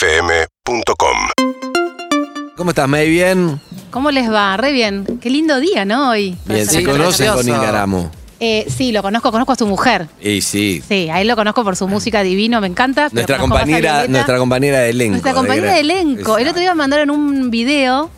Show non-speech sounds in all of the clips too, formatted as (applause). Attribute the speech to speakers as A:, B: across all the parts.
A: UrbanaPlayFM.com
B: ¿Cómo estás, May? Bien.
C: ¿Cómo les va? Re bien. Qué lindo día, ¿no? Hoy.
B: Bien,
D: Sí,
B: se conocen con
D: nervioso.
B: Ingaramo.
C: Eh, sí, lo conozco, conozco a su mujer.
B: Y sí.
C: Sí, a él lo conozco por su música divino, me encanta. pero
B: Ah. Nuestra
C: conozco más a
B: compañera,
C: Violeta.
B: nuestra compañera de elenco.
C: Nuestra compañera
B: gran-
C: de elenco. El otro día me mandaron un video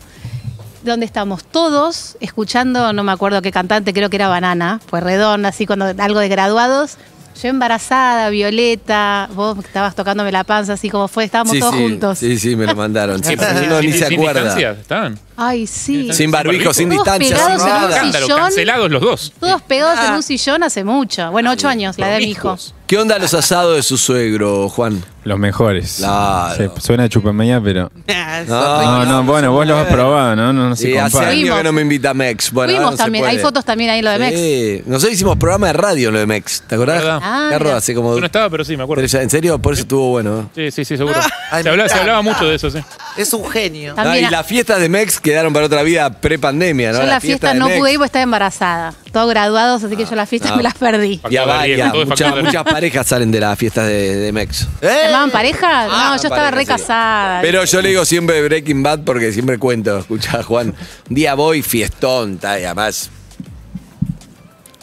C: donde estamos todos escuchando, no me acuerdo qué cantante, creo que era Banana, fue redonda, así cuando algo de graduados. Yo embarazada, Violeta, vos que estabas tocándome la panza, así como fue, estábamos
B: Sí,
C: todos
B: sí,
C: juntos.
B: Sí, sí, me lo mandaron.
E: Sí, pero
B: Uno
E: sin-
B: ni
E: sin-
B: se
E: sin distancia,
B: acuerda.
E: Estaban.
C: Ay, sí.
B: Sin barbijo, sin
C: Todos
B: distancia, sin
C: pegados en un
B: nada.
E: Escándalo,
C: sillón.
E: cancelados los dos.
C: Todos pegados en
D: Ah.
C: un sillón hace mucho. Bueno, ocho años, la edad de mi hijo.
E: Promiscuos.
B: ¿Qué onda los asados de su suegro, Juan?
F: Los mejores.
B: Claro.
F: Se- suena chupameña, pero.
B: Ah,
F: No, no, bueno, vos los has probado, ¿no? No, no se
B: Sí, hace
F: compara.
B: años que
C: Fuimos.
B: no me invita a Mex. Bueno,
C: Fuimos
B: ahora no se
C: también, hay
B: puede.
C: fotos también ahí en lo de Mex.
B: Sí. Nosotros hicimos programa de radio en lo de Mex, ¿te acordás?
E: ¿Verdad?
C: Ah,
B: Carro,
C: mira.
B: hace como.
E: Yo no estaba, pero sí, me acuerdo.
B: tres- ¿En serio? Por eso estuvo bueno. ¿eh?
E: Sí, sí, sí, seguro.
D: Ay,
E: se, hablaba, se
D: me
E: hablaba
D: encanta.
E: mucho de eso, sí.
D: Es un genio.
B: Ah,
C: También
B: y las fiestas de Mex quedaron para otra vida pre-pandemia, ¿no?
C: yo la fiesta,
B: de
C: no
B: Mex.
C: pude ir porque estaba embarazada. Todos graduados, así que yo las fiestas
B: no.
C: me las perdí.
B: Y a
E: Factor de riesgo,
B: varias,
E: todo es
B: muchas,
E: factor de-
B: muchas parejas salen de las fiestas de, de Mex.
C: ¿Se ¿Llamaban pareja?
B: Ah,
C: no, yo estaba
B: pareja,
C: re
B: sí.
C: casada.
B: Pero yo le digo siempre Breaking Bad porque siempre cuento, escucha Juan, un día voy fiestón, ta, y además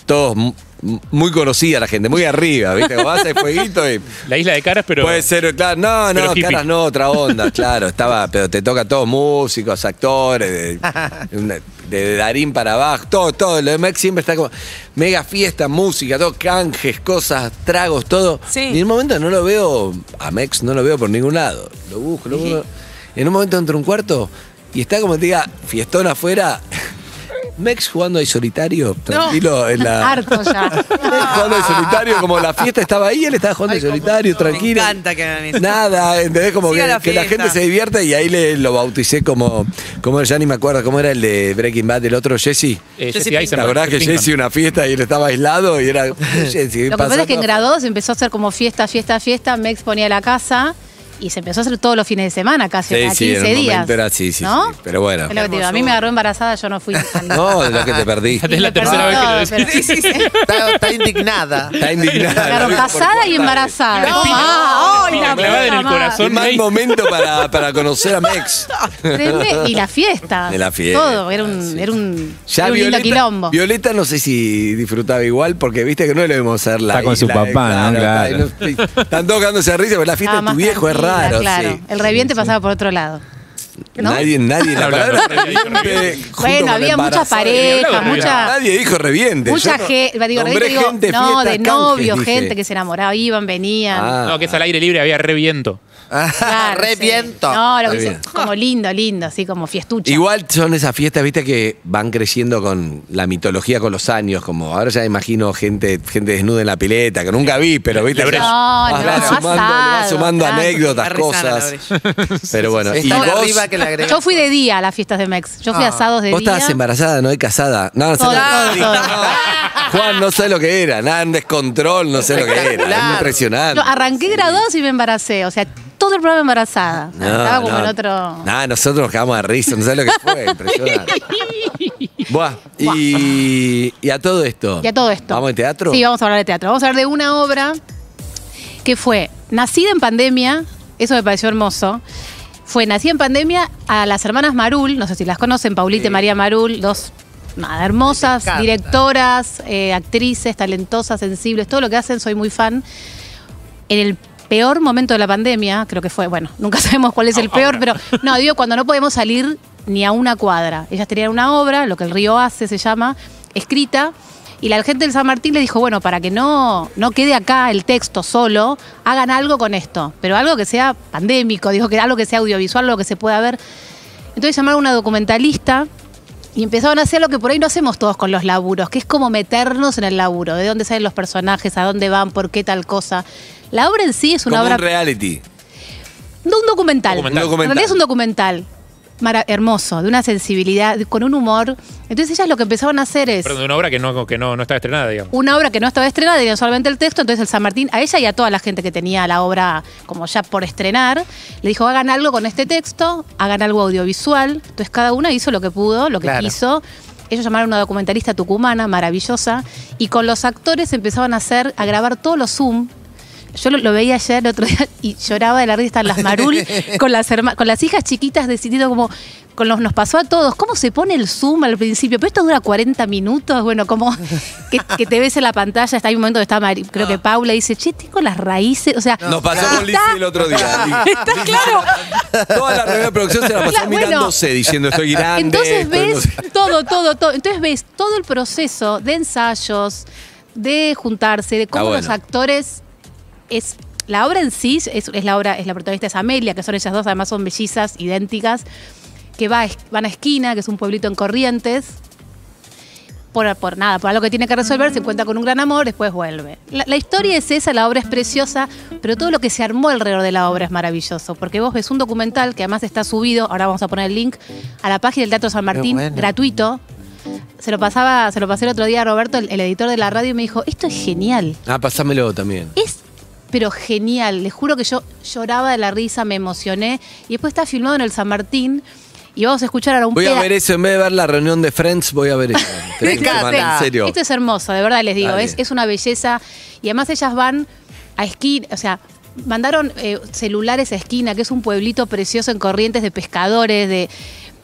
B: todos mu- muy conocida la gente, muy arriba, ¿viste? Como hace fueguito y
E: La isla de caras, pero.
B: puede ser, claro, no,
E: pero
B: no,
E: hippie.
B: caras no, otra onda, claro, estaba, pero te toca todos músicos, actores, de, una- de Darín para abajo, todo, todo, lo de Mex siempre está como mega fiesta, música, todo, canjes, cosas, tragos, todo.
D: Sí.
B: Y en un momento no lo veo, a Mex no lo veo por ningún lado, lo busco, lo busco. En un momento entro a un cuarto y está como te diga, fiestón afuera. (laughs) Mex jugando ahí solitario, tranquilo, en la...
C: (laughs) Harto ya.
B: jugando de solitario, como la fiesta estaba ahí, él estaba jugando de solitario, tranquilo.
D: Me encanta que hagan eso.
B: Nada, ¿entendés? Como
D: Siga
B: que que la,
D: la fiesta.
B: gente se divierta y ahí le, lo bauticé como, como ya ni me acuerdo, ¿cómo era el de Breaking Bad, el otro Jesse?
E: Eh,
D: Jesse
E: Jesse
D: Pinkman.
B: La
E: Eisenberg,
B: verdad que
E: Pinkman.
B: Jesse una fiesta y él estaba aislado y
C: (laughs)
B: era Jesse.
C: Lo que pasa es que en graduados empezó a hacer como fiesta, fiesta, fiesta. Mex ponía la casa y se empezó a hacer todos los fines de semana, casi
B: Sí,
C: cada
B: sí, en
C: 15
B: un
C: días.
B: momento era así, sí,
C: ¿No?
B: sí, pero bueno.
C: Es lo que te digo, A mí me agarró embarazada, yo no fui.
B: (laughs) No, de lo que te perdí.
E: Es la
C: Me
E: tercera
C: perdí
E: vez que lo
C: todo,
E: decís.
C: pero-
D: Sí, sí, sí. Está, está (laughs) indignada.
B: Está indignada.
C: Claro,
B: Lo dijo por
C: casada y
B: cuarta vez.
C: embarazada.
D: No,
C: Ah,
D: no,
C: ay,
E: no,
C: la
E: clavada en
C: puta
E: el
C: madre.
E: corazón.
B: Un mal
E: Ahí.
B: momento para, para conocer a Mex. (laughs)
C: Tremendo. Y la fiesta.
B: De la fiesta,
C: Todo, era un,
B: sí.
C: era un, era un lindo quilombo.
B: Violeta no sé si disfrutaba igual, porque viste que no le debemos hacer la.
F: Está con su
B: la-
F: papá, ¿no?
B: está- no- están todos cagándose de risa, porque la fiesta de tu
C: Estaba Ah, más
B: viejo es
C: tranquila,
B: raro.
C: Claro,
B: sí.
C: el reviente pasaba por otro lado. ¿no?
B: Nadie, nadie la
E: Hablando
B: palabra (laughs)
E: de reviente.
B: reviente, junto
C: Bueno,
B: con
C: había
B: embarazada.
C: muchas parejas,
E: Hablaba de
C: mucha,
B: Nadie dijo reviente.
C: mucha
B: Yo no-
C: gente. Digo,
B: nombré
C: realmente digo,
B: gente,
C: no,
B: fiesta,
C: de
B: canjes,
C: novio,
B: dije.
C: gente que se enamoraba, iban, venían.
B: Ah.
E: No, que es al aire libre, había reviento.
B: (laughs)
C: Claro, sí.
D: Reviento.
C: No, lo que
B: Re
C: dice,
B: bien.
C: como lindo, lindo, así como fiestucha.
B: Igual son esas fiestas, viste, que van creciendo con la mitología con los años, como ahora ya imagino gente, gente desnuda en la pileta, que nunca vi, pero viste,
E: La
B: ya-
E: brecha.
C: No,
B: le va
C: no,
B: sumando, le va
C: asado,
B: sumando
C: claro.
B: anécdotas,
D: Está re sana la
B: cosas. Pero bueno,
D: Está
B: y
D: más
B: vos,
D: arriba que la agrega.
C: Yo fui de día a las fiestas de Mex. Yo fui a
D: Ah.
C: asados de
B: vos
C: día.
B: estabas embarazada, no es casada. No, no sé
C: Todo,
B: lo que-
C: todo, todo.
B: Juan, no sé lo que era, nada, en descontrol, no sé lo que era.
D: Espectacular.
B: Impresionante.
C: Yo arranqué graduados y me embaracé. O sea, todo el programa embarazada. Estaba como en otro.
B: Nah, nosotros nos cagamos de risa, no sabes lo que
C: (laughs)
B: fue, impresionante. Buah, y, y a todo esto.
C: Y a todo esto.
B: ¿Vamos al teatro?
C: Sí, vamos a hablar de teatro. Vamos a hablar de una obra que fue nacida en pandemia. Eso me pareció hermoso. Fue nacida en pandemia a las hermanas Marul, no sé si las conocen, Paulita y María Marul, dos nada, hermosas,
D: Me encanta.
C: directoras, eh, actrices, talentosas, sensibles, todo lo que hacen, soy muy fan. En el peor momento de la pandemia, creo que fue, bueno, (laughs) nunca sabemos cuál es el peor, pero no, digo, cuando no podemos salir ni a una cuadra. Ellas tenían una obra, lo que el río hace se llama, escrita, y la gente del San Martín le dijo, bueno, para que no, no quede acá el texto solo, hagan algo con esto, pero algo que sea pandémico, dijo que algo que sea audiovisual, algo que se pueda ver. Entonces llamaron a una documentalista y empezaron a hacer lo que por ahí no hacemos todos con los laburos, que es como meternos en el laburo, de dónde salen los personajes, a dónde van, por qué tal cosa. La obra en sí es una
B: Como
C: obra...
B: un reality.
C: no, un documental.
E: Documental.
C: En realidad es un documental mara- hermoso, de una sensibilidad, con un humor. Entonces ellas lo que empezaron a hacer es
E: Perdón, de una obra que no, que no, no estaba estrenada, digamos.
C: una obra que no estaba estrenada, tenía solamente el texto, entonces el San Martín, a ella y a toda la gente que tenía la obra como ya por estrenar, le dijo, hagan algo con este texto, hagan algo audiovisual. Entonces cada una hizo lo que pudo, lo que
D: Claro.
C: quiso. Ellos llamaron a una documentalista tucumana, maravillosa, y con los actores empezaban a hacer, a grabar todos los Zoom. Yo lo, lo veía ayer el otro día (laughs) y lloraba de la risa. Están
B: (laughs)
C: las Marul con las, herma- con las hijas chiquitas decidiendo como. Con los, nos pasó a todos. ¿Cómo se pone el Zoom al principio? Pero esto dura 40 minutos. Bueno, como que, que te ves en la pantalla. Está, hay un momento que está, Mari- creo que Paula dice, che, tengo las raíces. O sea,
B: Ah. Nos pasó
C: está-
B: con Lizzy el otro día.
C: (laughs)
B: (laughs)
C: Está claro.
B: Toda la reunión de producción se la pasó
C: Claro, bueno.
B: mirándose, diciendo estoy grande.
C: (laughs) Entonces
B: estoy no
C: ves
B: sé". (laughs)
C: todo, todo, todo. Entonces ves todo el proceso de ensayos, de juntarse, de
B: Está
C: cómo los
B: Ah, bueno.
C: actores es. La obra en sí es, es la obra, es la protagonista es Amelia, que son ellas dos, además son mellizas, idénticas, que va a Es- van a Esquina, que es un pueblito en Corrientes. Por, por nada, por algo que tiene que resolver, se encuentra con un gran amor, después vuelve. La, la historia es esa, la obra es preciosa, pero todo lo que se armó alrededor de la obra es maravilloso, porque vos ves un documental que además está subido, ahora vamos a poner el link, a la página del Teatro San Martín,
D: bueno.
C: gratuito. Se lo pasaba, se lo pasé el otro día a Roberto, el, el editor de la radio, y me dijo, esto es genial.
B: Ah, pasámelo también.
C: Es, pero genial. Les juro que yo lloraba de la risa, me emocioné. Y después está filmado en el San Martín. Y vamos a escuchar ahora un
B: Voy a
C: peda-
B: ver eso, en vez de ver la reunión de Friends, voy a
C: (laughs)
B: ver eso. Te
D: Me
B: digo, Juan,
D: encanta.
B: En serio.
C: Esto es hermoso, de verdad les digo.
B: Dale.
C: Es, es una belleza. Y además ellas van a esquina, o sea, mandaron eh, celulares a esquina, que es un pueblito precioso en corrientes de pescadores, de.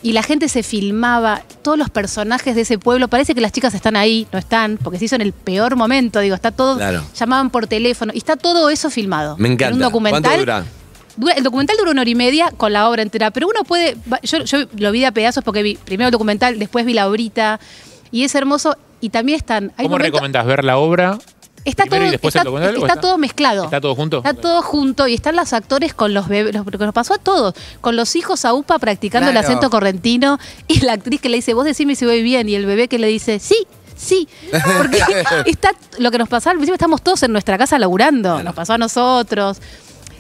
C: Y la gente se filmaba, todos los personajes de ese pueblo, parece que las chicas están ahí, no están, porque se hizo en el peor momento, digo, está todo,
B: Claro.
C: llamaban por teléfono, y está todo eso filmado.
B: Me
C: En un
B: encanta.
C: documental.
B: ¿Cuánto dura?
C: Dura- el documental dura una hora y media con la obra entera, pero uno puede. va- Yo, yo lo vi de a pedazos porque vi primero el documental, después vi la obrita, y es hermoso. Y también están. hay
E: ¿Cómo
C: momentos-
E: recomendás ver la obra?
C: Está todo,
E: primero y después
C: está,
E: el documental,
C: está
E: o está-
C: todo mezclado.
E: ¿Está todo junto?
C: Está todo junto y están los actores con los bebés, lo que nos pasó a todos, con los hijos a UPA practicando el
D: Claro.
C: acento correntino y la actriz que le dice, vos decime si voy bien, y el bebé que le dice, sí, sí.
B: (laughs)
C: Porque está lo que nos pasó al principio, estamos todos en nuestra casa laburando, nos pasó a nosotros.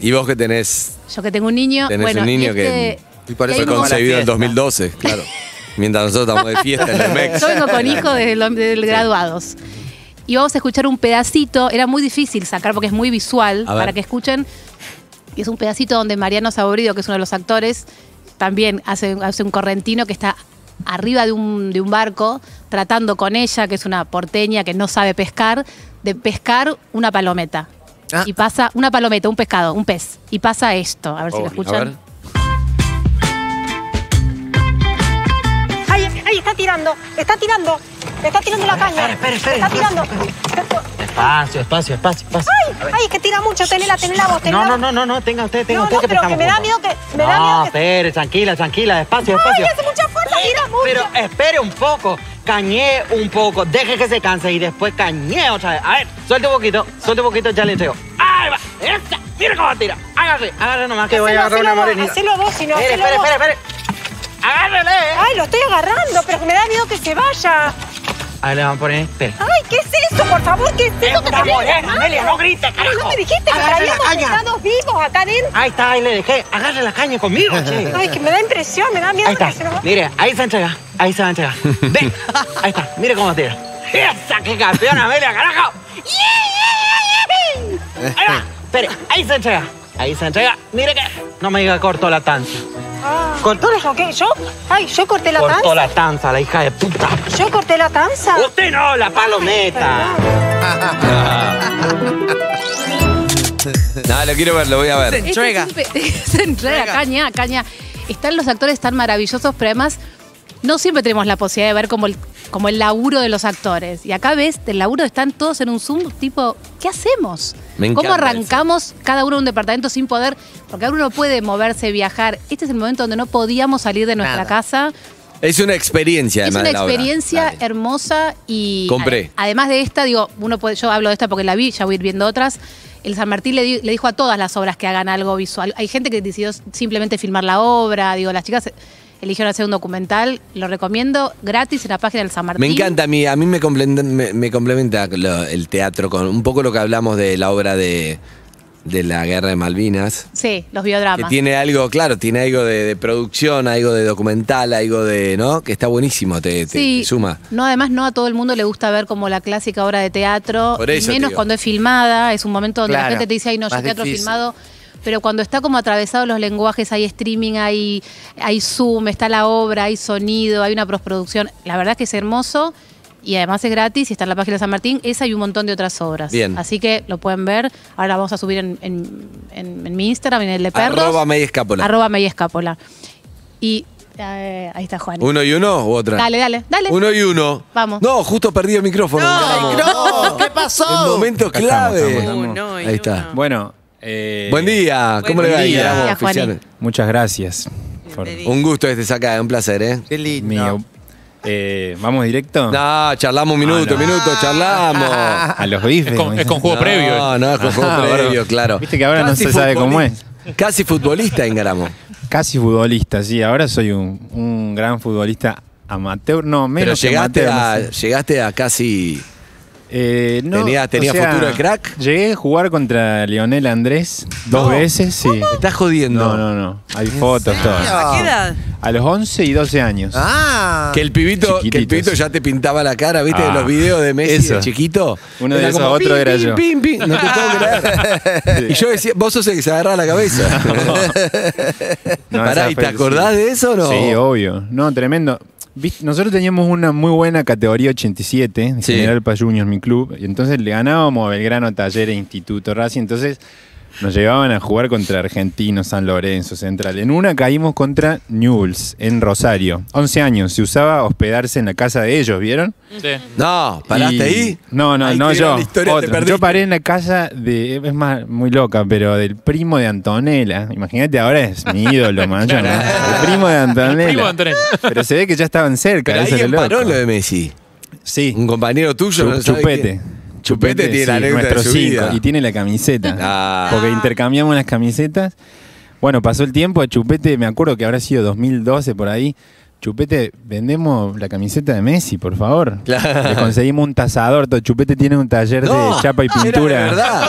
B: Y vos que tenés,
C: Yo que tengo un niño.
B: tenés
C: bueno,
B: un
C: y
B: niño
C: este-
B: que
D: Y por eso
B: fue
C: que hay
D: como la
B: concebido en
D: fiesta.
B: 2012, claro.
C: (laughs)
B: Mientras nosotros estamos de fiesta en el MEX.
C: Yo vengo con hijos desde lo- desde el graduados. Y vamos a escuchar un pedacito. Era muy difícil sacar porque es muy visual
B: A ver.
C: para que escuchen. Y es un pedacito donde Mariano Saborido, que es uno de los actores, también hace, hace un correntino que está arriba de un, de un barco tratando con ella, que es una porteña que no sabe pescar, de pescar una palometa.
D: Ah.
C: Y pasa una palometa, un pescado, un pez. Y pasa esto. A ver si lo
B: Oh, A ver.
C: escuchan.
G: Ahí, ahí está tirando, está tirando, está tirando la caña.
D: espere, espere.
G: Está tirando.
H: Espacio, espacio, espacio, espacio.
G: Ay, ay, que tira mucho, tenela, tenela vos, tenela.
H: No, no,
G: vos.
H: no, no, no, tenga usted, tenga
G: No,
H: usted
G: no,
H: que
G: pero que
H: pescamos
G: me da
H: juntos.
G: miedo que- me da
H: no,
G: miedo que-
H: espere, tranquila, tranquila, despacio,
G: Ay,
H: despacio.
G: hace mucha fuerza, tira mucho.
H: Pero espere un poco, cañé un poco, deje que se canse y después cañé otra vez. A ver, suelte un poquito, suelte un poquito, ya le entrego. ¡Ahí va! ¡Esta! ¡Mira cómo tira! Agarre, agarre nomás que voy a agarrar
G: Hacelo,
H: una
G: hacelo vos,
H: morenita.
G: hacelo vos, si no,
H: Espere,
G: hacelo
H: espere,
G: vos.
H: espere, espere. ¡Agárrele! eh.
G: Ay, lo estoy agarrando, pero que me da miedo que se vaya.
H: Ahí le vamos a poner, espere.
G: Ay, ¿qué es eso? Por favor, ¿qué es
H: Es
G: eso que
H: una
G: tenés en la
H: morena,
G: mano?
H: Amelia, no grites,
G: Ay, no
H: carajo.
G: me dijiste que
H: Agarra la
G: traíamos
H: caña.
G: pescados vivos acá adentro.
H: Ahí está, ahí le dejé. Agarre la caña conmigo,
G: (laughs)
H: che.
G: Ay, que me da impresión, me da miedo
H: Ahí está.
G: que se nos
H: Mire, ahí se entrega. Ahí se va a entregar. Ven. Ahí está. Mire cómo tira. ¡Esa! ¡Qué campeona, Amelia, carajo! Ahí va. Espere, ahí se entrega. Ahí se entrega. Mire que. No me diga que cortó la tanza.
G: Ah.
H: ¿Cortó la-
G: ¿Yo qué? ¿Yo? Ay, ¿yo corté la
H: cortó
G: tanza? Ah.
H: la tanza, la hija de puta.
G: ¿Yo corté la tanza?
H: Usted no, la palometa.
B: No, lo quiero ver, lo voy a ver.
C: Este
D: Entrega.
C: es un pe- (laughs) se entrega, caña, caña. Están los actores tan maravillosos, pero además no siempre tenemos la posibilidad de ver como el, como el laburo de los actores. Y acá ves, el laburo están todos en un Zoom, tipo, ¿qué hacemos?
B: Me
C: ¿Cómo
B: encanta
C: arrancamos cada uno en un departamento sin poder? Porque ahora uno puede moverse, viajar. Este es el momento donde no podíamos salir de nuestra
D: Nada.
C: casa.
B: Es una experiencia,
C: Es
B: además.
C: una
B: de la obra.
C: experiencia
B: Dale.
C: hermosa y
B: Compré.
C: a- además de esta, digo, uno puede, yo hablo de esta porque la vi, ya voy a ir viendo otras. El San Martín le, di- le dijo a todas las obras que hagan algo visual. Hay gente que decidió simplemente filmar la obra, digo, las chicas eligieron hacer un documental, lo recomiendo gratis en la página del San Martín.
B: Me encanta, a mí, a mí me complementa, me, me complementa lo- el teatro con un poco lo que hablamos de la obra de, de la Guerra de Malvinas.
C: Sí, los
B: Que
C: biodramas.
B: tiene algo, claro, tiene algo de, de producción, algo de documental, algo de, ¿no? Que está buenísimo, te, te- te suma.
C: No, además no a todo el mundo le gusta ver como la clásica obra de teatro,
B: Por eso
C: y
B: te
C: menos
B: digo.
C: cuando es filmada, es un momento donde la
D: Claro,
C: gente te dice, ay no, yo
D: más
C: teatro
D: difícil.
C: filmado, pero cuando está como atravesado los lenguajes, hay streaming, hay, hay Zoom, está la obra, hay sonido, hay una postproducción, la verdad que es hermoso. y además es gratis y está en la página de San Martín. Esa y un montón de otras obras.
B: Bien.
C: Así que lo pueden ver. Ahora vamos a subir en, en- en- en mi Instagram, en el de perros.
B: Arroba media escápula.
C: Arroba Media Escápola. Y eh, ahí está Juan.
B: ¿Uno y uno u otra?
C: Dale, dale, dale.
B: Uno y uno.
C: Vamos.
B: No, justo perdí el micrófono.
D: No,
B: Vamos.
D: no, ¿qué
B: El
D: pasó?
B: momento
F: Acá estamos,
B: clave.
E: Uh,
F: estamos, estamos.
I: Uno y
B: Ahí está.
I: uno.
F: Bueno, eh,
B: Buen día. ¿Cómo
I: Buen
B: le va?
F: día.
B: Guillermo,
C: Buen día, Juaní.
B: oficial?
F: Muchas gracias. por-
I: Bienvenido.
B: Un gusto este saca, un placer, ¿eh?
D: Qué lindo.
F: mío. Eh, ¿Vamos directo?
B: No, charlamos un minuto,
F: Ah, no.
B: minuto, charlamos.
F: A los bifes.
E: Es con,
F: como
E: es con
F: dicen.
E: juego previo.
B: No,
E: eh.
B: no, es con juego
F: Ah,
B: previo,
F: bárbaro.
B: claro.
F: Viste que ahora no se sabe cómo
B: futbolista- Casi futbolista encaramos.
F: Casi futbolista, sí. Ahora soy un, un gran futbolista amateur. No,
B: Pero
F: menos que
B: llegaste a,
F: amateur, no sé.
B: llegaste a casi.
F: Eh, no,
B: ¿Tenía- tenía futuro de crack?
F: Llegué a jugar contra Lionel Andrés dos
B: No.
F: veces, sí.
B: Te estás jodiendo.
F: No, no, no. Hay fotos,
D: serio?
F: todo.
I: ¿A qué edad?
F: A los 11 y 12 años.
D: Ah,
B: Que el pibito, que el
F: Chiquititos.
B: pibito ya te pintaba la cara, ¿viste? De
F: Ah,
B: los videos de Messi
F: eso.
B: de chiquito.
F: Uno de esos, otro
B: pim,
F: era
B: pim,
F: yo.
B: pim, pim. No te puedo
F: (laughs)
B: creer. Y yo decía, vos sos el que se agarraba la cabeza.
F: No,
B: Pará,
F: esa
B: ¿y
F: fue-
B: te acordás
F: sí.
B: de eso o no?
F: Sí, obvio. No, tremendo. Viste, Nosotros teníamos una muy buena categoría 87,
B: Sí.
F: General Paz Juniors, mi club, y entonces le ganábamos a Belgrano, Talleres, Instituto, Racing, entonces nos llevaban a jugar contra Argentinos, San Lorenzo, Central. En una caímos contra Newells, en Rosario. 11 años, se usaba hospedarse en la casa de ellos, ¿vieron?
E: Sí.
B: No, ¿paraste
F: Y-
B: ahí?
F: No, no,
B: Ahí
F: no
B: te iba
F: yo.
B: la historia, te
F: otro.
B: perdiste.
F: Yo paré en la casa de, es más, muy loca, pero del primo de Antonella. Imagínate, ahora es mi
B: (laughs)
F: ídolo, mayor, ¿no? El primo de Antonella.
E: Primo de Antonella.
F: Pero se ve que ya estaban cerca.
B: Pero
F: eso es
B: alguien
F: lo
B: paró
F: loco.
B: lo de Messi.
F: Sí.
B: Un compañero tuyo.
F: Chu-
B: no sabe
F: chupete.
B: quién. Chupete tiene la anécdota
F: nuestro
B: de su vida.
F: Y tiene la camiseta.
B: (laughs) Ah.
F: Porque intercambiamos las camisetas. Bueno, pasó el tiempo, a Chupete, me acuerdo que habrá sido 2012 por ahí. Chupete, vendemos la camiseta de Messi, por favor.
B: Claro.
F: Le conseguimos un tasador. to- Chupete tiene un taller
B: No,
F: de chapa y
B: era de
F: pintura. (laughs)
B: verdad.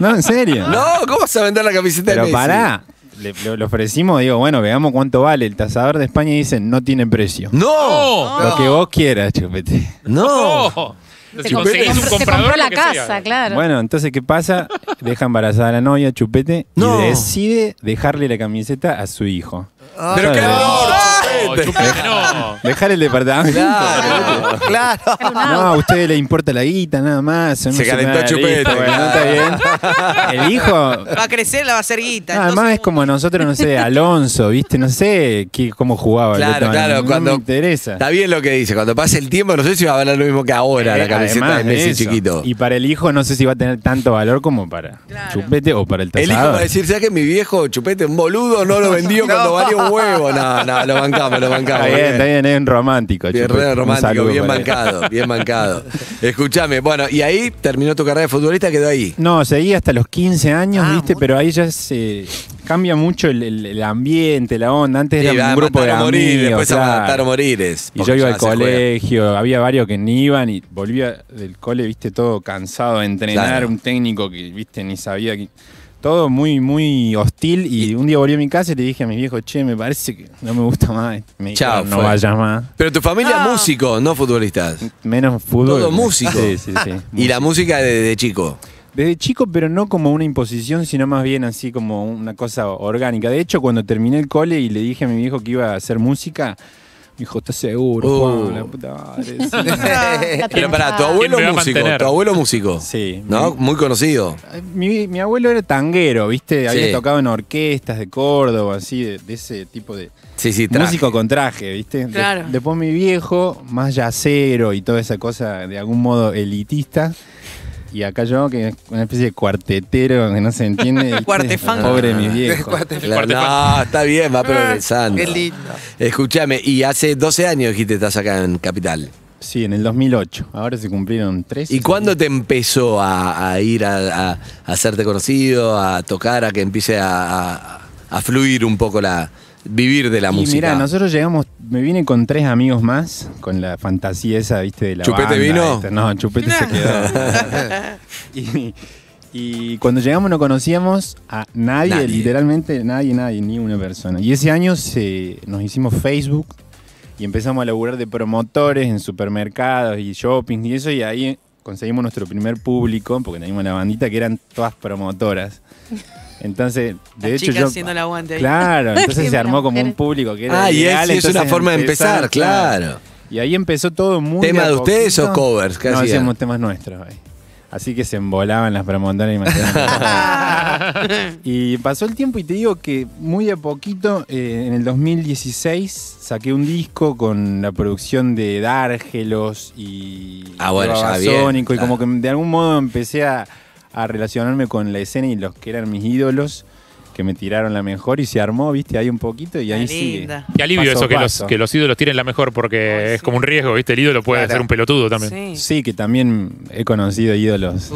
F: No, en serio.
B: No, ¿cómo vas a vender la camiseta
F: Pero
B: de Messi?
F: pará. Le, lo- le ofrecimos, digo, bueno, veamos cuánto vale. El tasador de España y dicen, no tiene precio.
B: No,
E: ¡No!
F: Lo que vos quieras, Chupete.
B: no.
E: Oh, Si
C: Se comp-
E: conseguís
C: se
E: un
C: compró
E: comprador.
C: la
E: lo que sea.
C: casa, claro.
F: Bueno, entonces, ¿qué pasa? Deja embarazada a la novia, Chupete,
B: No.
F: y decide dejarle la camiseta a su hijo.
B: Ah. Pero qué
F: Claro.
B: amor,
E: No,
B: chupete.
E: chupete, Oh, no.
F: Dejar el departamento.
B: Claro.
D: claro.
F: No, a ustedes le importa la guita, nada más. son
B: Se
F: unos
B: calentó
F: semanales,
B: Chupete,
F: listo, bueno, está bien. El hijo,
I: Va a crecer, la va a hacer guita.
D: Ah,
F: Nada
I: entonces-
F: más es como nosotros, no sé, Alonso, ¿viste? No sé qué, cómo jugaba. el
B: Claro,
F: otro,
B: claro,
F: no
B: cuando
F: me interesa.
B: Está bien lo que dice. Cuando pase el tiempo, no sé si va a valer lo mismo que ahora la
F: Eh,
B: camiseta
F: además
B: de Messi
F: eso.
B: chiquito.
F: Y para el hijo no sé si va a tener tanto valor como para
I: Claro.
F: Chupete o para el
B: el hijo
F: tasador.
B: va a decir, ¿sabes que mi viejo chupete, un boludo, no lo vendió cuando valía un huevo? No, no, lo bancamos, lo bancamos.
F: Está bien, está bien, es un romántico.
B: Bien,
F: Chupete.
B: re
F: Un
B: romántico,
F: saludo
B: bien
F: para él.
B: bancado, bien bancado. Escuchame, bueno, y ahí terminó tu carrera de futbolista, quedó ahí.
F: No, seguí hasta los 15 años,
D: Ah,
F: ¿viste?
D: muy-
F: Pero ahí ya se cambia mucho el, el- el ambiente, la onda. Antes
B: Sí,
F: era
B: a
F: un grupo
B: matar
F: de
B: o morir,
F: amigos,
B: después a
F: claro.
B: matar o morir es,
F: Y
B: porque
F: yo iba
B: ya
F: al
B: se juega.
F: colegio, había varios que ni iban y volvía del cole, viste, todo cansado de entrenar,
B: Claro.
F: un técnico que, viste, ni sabía que... Todo muy, muy hostil y un día volví a mi casa y le dije a mis viejos, che, me parece que no me gusta más. Me
B: Chao,
F: dijeron, no
B: fue.
F: vayas más.
B: Pero tu familia
I: No.
B: músico, no futbolistas.
F: Menos fútbol.
B: Todo músico.
F: Sí, sí, sí.
B: (laughs) Y la música desde chico.
F: Desde chico, pero no como una imposición, sino más bien así como una cosa orgánica. De hecho, cuando terminé el cole y le dije a mi viejo que iba a hacer música, me dijo, ¿estás seguro?
B: Uh.
F: Juan? La puta madre". Sí.
C: Está
B: (laughs) Pero pará, tu
C: tronchado.
B: abuelo
E: ¿Quién me va a
B: músico,
E: mantener?
B: tu abuelo músico.
F: Sí.
B: ¿No? Muy conocido.
F: mi, mi abuelo era tanguero, ¿viste? Había
B: Sí.
F: tocado en orquestas de Córdoba, así, de, de ese tipo de...
B: Sí, sí, traje.
F: Músico con traje, ¿viste? De-
I: Claro.
F: después mi viejo, más yacero y toda esa cosa de algún modo elitista. Y acá yo, que es una especie de cuartetero que no
B: (laughs)
F: se entiende. ¿viste?
D: Ah.
I: Cuartefango.
F: Pobre
D: (laughs)
F: mi viejo.
B: Claro, no, está bien,
F: Ah,
B: va progresando.
D: Qué lindo.
B: Escuchame, y hace 12 años dijiste estás acá en Capital.
F: Sí, en el 2008. Ahora se cumplieron tres.
B: ¿Y cuándo te empezó a, a ir a, a- a hacerte conocido, a tocar, a que empiece a, a- a fluir un poco la. vivir de la
F: y
B: música?
F: mirá, nosotros llegamos, me vine con tres amigos más, con la fantasía esa, viste, de la
B: ¿Chupete
F: banda,
B: vino?
F: esta. No, Chupete se quedó. y, y cuando llegamos no conocíamos a nadie,
B: Nadie.
F: literalmente nadie, nadie, ni una persona. Y ese año se, nos hicimos Facebook y empezamos a laburar de promotores en supermercados y shopping y eso, y ahí conseguimos nuestro primer público, porque teníamos la bandita que eran todas promotoras. Entonces, de
I: Las
F: hecho
I: chicas
F: yo...
I: haciendo el aguante ahí.
F: Claro,
I: (laughs)
F: entonces
C: Siempre
F: se armó
C: las
F: como un
C: mujeres.
F: público que era
B: Ah, y es,
F: ideal,
B: y es
F: entonces
B: una forma de empezar,
F: empezaron,
B: claro.
F: Y ahí empezó todo muy.
B: ¿Tema
F: a
B: de ustedes
F: poquito.
B: o covers? ¿Qué
F: no,
B: hacían?
F: hacíamos temas nuestros ahí. Así que se embolaban las promontones y
I: (laughs)
F: mantenían- Y pasó el tiempo y te digo que muy a poquito, eh, en el 2016, saqué un disco con la producción de Dárgelos y
B: Ah, bueno, ya bien,
F: Babasónico, Y
B: claro.
F: como que de algún modo empecé a, a relacionarme con la escena y los que eran mis ídolos que me tiraron la mejor y se armó, viste, ahí un poquito y ahí
I: Qué
F: sigue.
I: linda.
E: Qué alivio
F: Paso
E: eso,
F: a
E: que los,
F: paso.
E: que los ídolos tienen la mejor, porque
I: Ay,
E: es
I: sí.
E: como un riesgo, ¿viste? El ídolo puede
D: Claro.
E: ser un pelotudo también.
I: Sí.
F: Sí, que también he conocido ídolos.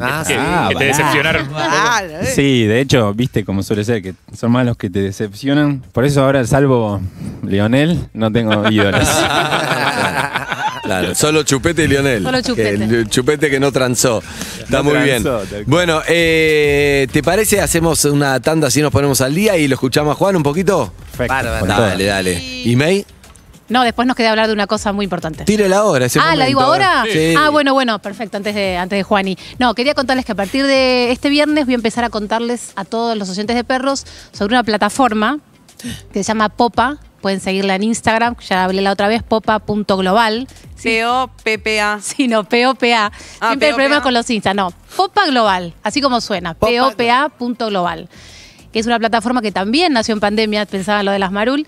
D: Ah,
E: Que,
F: Ah,
E: que te
F: pará.
E: decepcionaron.
I: Claro, eh.
F: Sí, de hecho, viste como suele ser, que son más los que te decepcionan. Por eso ahora, salvo Lionel, no tengo ídolos.
B: (laughs) Claro, solo Chupete y Lionel.
C: Solo Chupete.
B: Que el chupete que no transó. Está
F: No
B: muy bien.
F: transó, tal cual.
B: Bueno, eh, ¿te parece? Hacemos una tanda así nos ponemos al día y lo escuchamos a Juan un poquito.
F: Perfecto.
D: Bárbaro.
F: con
B: Dale, dale. ¿Y May?
C: No, después nos queda hablar de una cosa muy importante.
B: Tírela ahora. ese
C: Ah, ¿la
B: momento.
C: digo ahora?
B: Sí.
C: Ah, bueno, bueno, perfecto, antes de, antes de Juani. No, quería contarles que a partir de este viernes voy a empezar a contarles a todos los oyentes de perros sobre una plataforma que se llama Popa. Pueden seguirla en Instagram, ya hablé la otra vez, popa.global.
I: P-O-P-P-A.
C: Sino
I: Ah,
C: POPA. Siempre hay
I: POPA.
C: problemas con los Insta. No, Popa Global, así como suena,
D: Popa.
C: POPA.global. Que es una plataforma que también nació en pandemia, pensaba en lo de las Marul.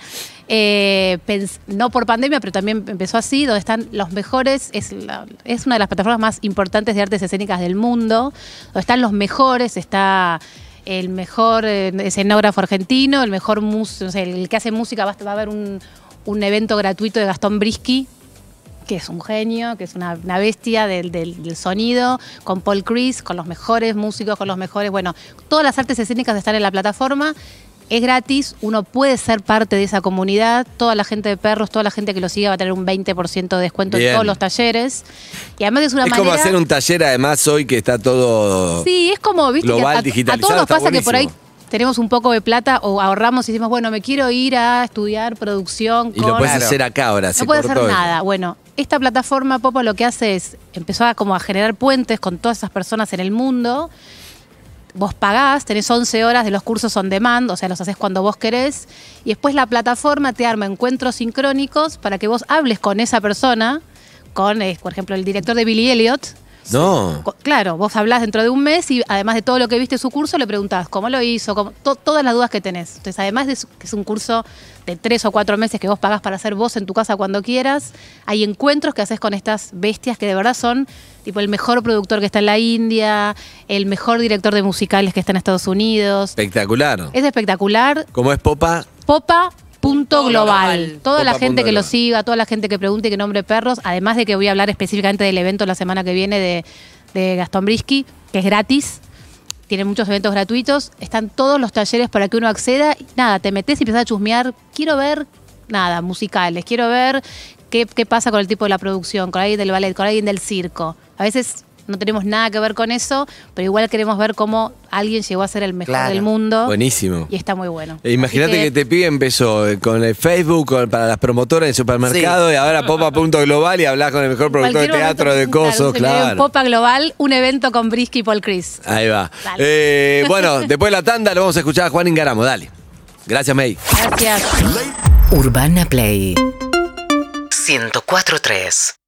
C: eh, pens- no por pandemia, pero también empezó así, donde están los mejores, es, la- es una de las plataformas más importantes de artes escénicas del mundo, donde están los mejores, está el mejor eh, escenógrafo argentino, el mejor músico, el que hace música, va, a- va a haber un, un evento gratuito de Gastón Brisky, que es un genio, que es una, una bestia del, del- del sonido, con Paul Chris, con los mejores músicos, con los mejores, bueno, todas las artes escénicas están en la plataforma. Es gratis, uno puede ser parte de esa comunidad. Toda la gente de perros, toda la gente que lo siga va a tener un 20% de descuento
B: Bien.
C: en todos los talleres. Y además es una
B: Es
C: manera.
B: como hacer un taller además hoy que está todo...
C: Sí, es como, viste,
B: Global,
C: que a- a- a,
B: digitalizado,
C: todos nos
B: está
C: pasa que por ahí
B: buenísimo.
C: tenemos un poco de plata o ahorramos y decimos, bueno, me quiero ir a estudiar producción.
B: Y lo
C: con-
B: puedes hacer acá ahora. se
C: no puede hacer
B: cortó eso.
C: nada. Bueno, esta plataforma Popo lo que hace es empezó a como a generar puentes con todas esas personas en el mundo. Vos pagás, tenés 11 horas de los cursos on demand, o sea, los haces cuando vos querés. Y después la plataforma te arma encuentros sincrónicos para que vos hables con esa persona, con, eh, por ejemplo, el director de Billy Elliot.
B: No.
C: Co- Claro, vos hablás dentro de un mes y además de todo lo que viste en su curso, le preguntás cómo lo hizo, cómo- to- todas las dudas que tenés. Entonces, además de su- que es un curso de tres o cuatro meses que vos pagás para hacer vos en tu casa cuando quieras, hay encuentros que haces con estas bestias que de verdad son tipo el mejor productor que está en la India, el mejor director de musicales que está en Estados Unidos.
B: Espectacular.
C: Es espectacular,
B: Como es Popa,
C: Popa. Punto global.
I: global.
C: Toda la
B: Popa
C: gente
B: punto
C: que lo
B: global.
C: siga, toda la gente que pregunte y que nombre perros, además de que voy a hablar específicamente del evento la semana que viene de, de Gastón Brisky, que es gratis. Tiene muchos eventos gratuitos. Están todos los talleres para que uno acceda. Y Nada, te metes y empiezas a chusmear. Quiero ver, nada, musicales. Quiero ver qué, qué pasa con el tipo de la producción, con alguien del ballet, con alguien del circo. A veces no tenemos nada que ver con eso, pero igual queremos ver cómo alguien llegó a ser el mejor
D: Claro.
C: del mundo.
B: buenísimo.
C: Y está muy bueno.
B: E Imagínate
C: Así
B: que, te pide empezó eh, con el Facebook con- para las promotoras del supermercado y ahora popa.global y hablas con el mejor productor de
C: Cualquier
B: teatro
C: momento
B: de
C: presentar
B: cosos,
C: un seminario en
B: claro.
C: Popa Global, un evento con Brisky y Paul Chris.
B: Ahí va.
C: Dale.
B: Eh, bueno, después de la tanda lo vamos a escuchar a Juan Ingaramo, dale. Gracias, May.
C: Gracias.
J: Urbana Play 104.3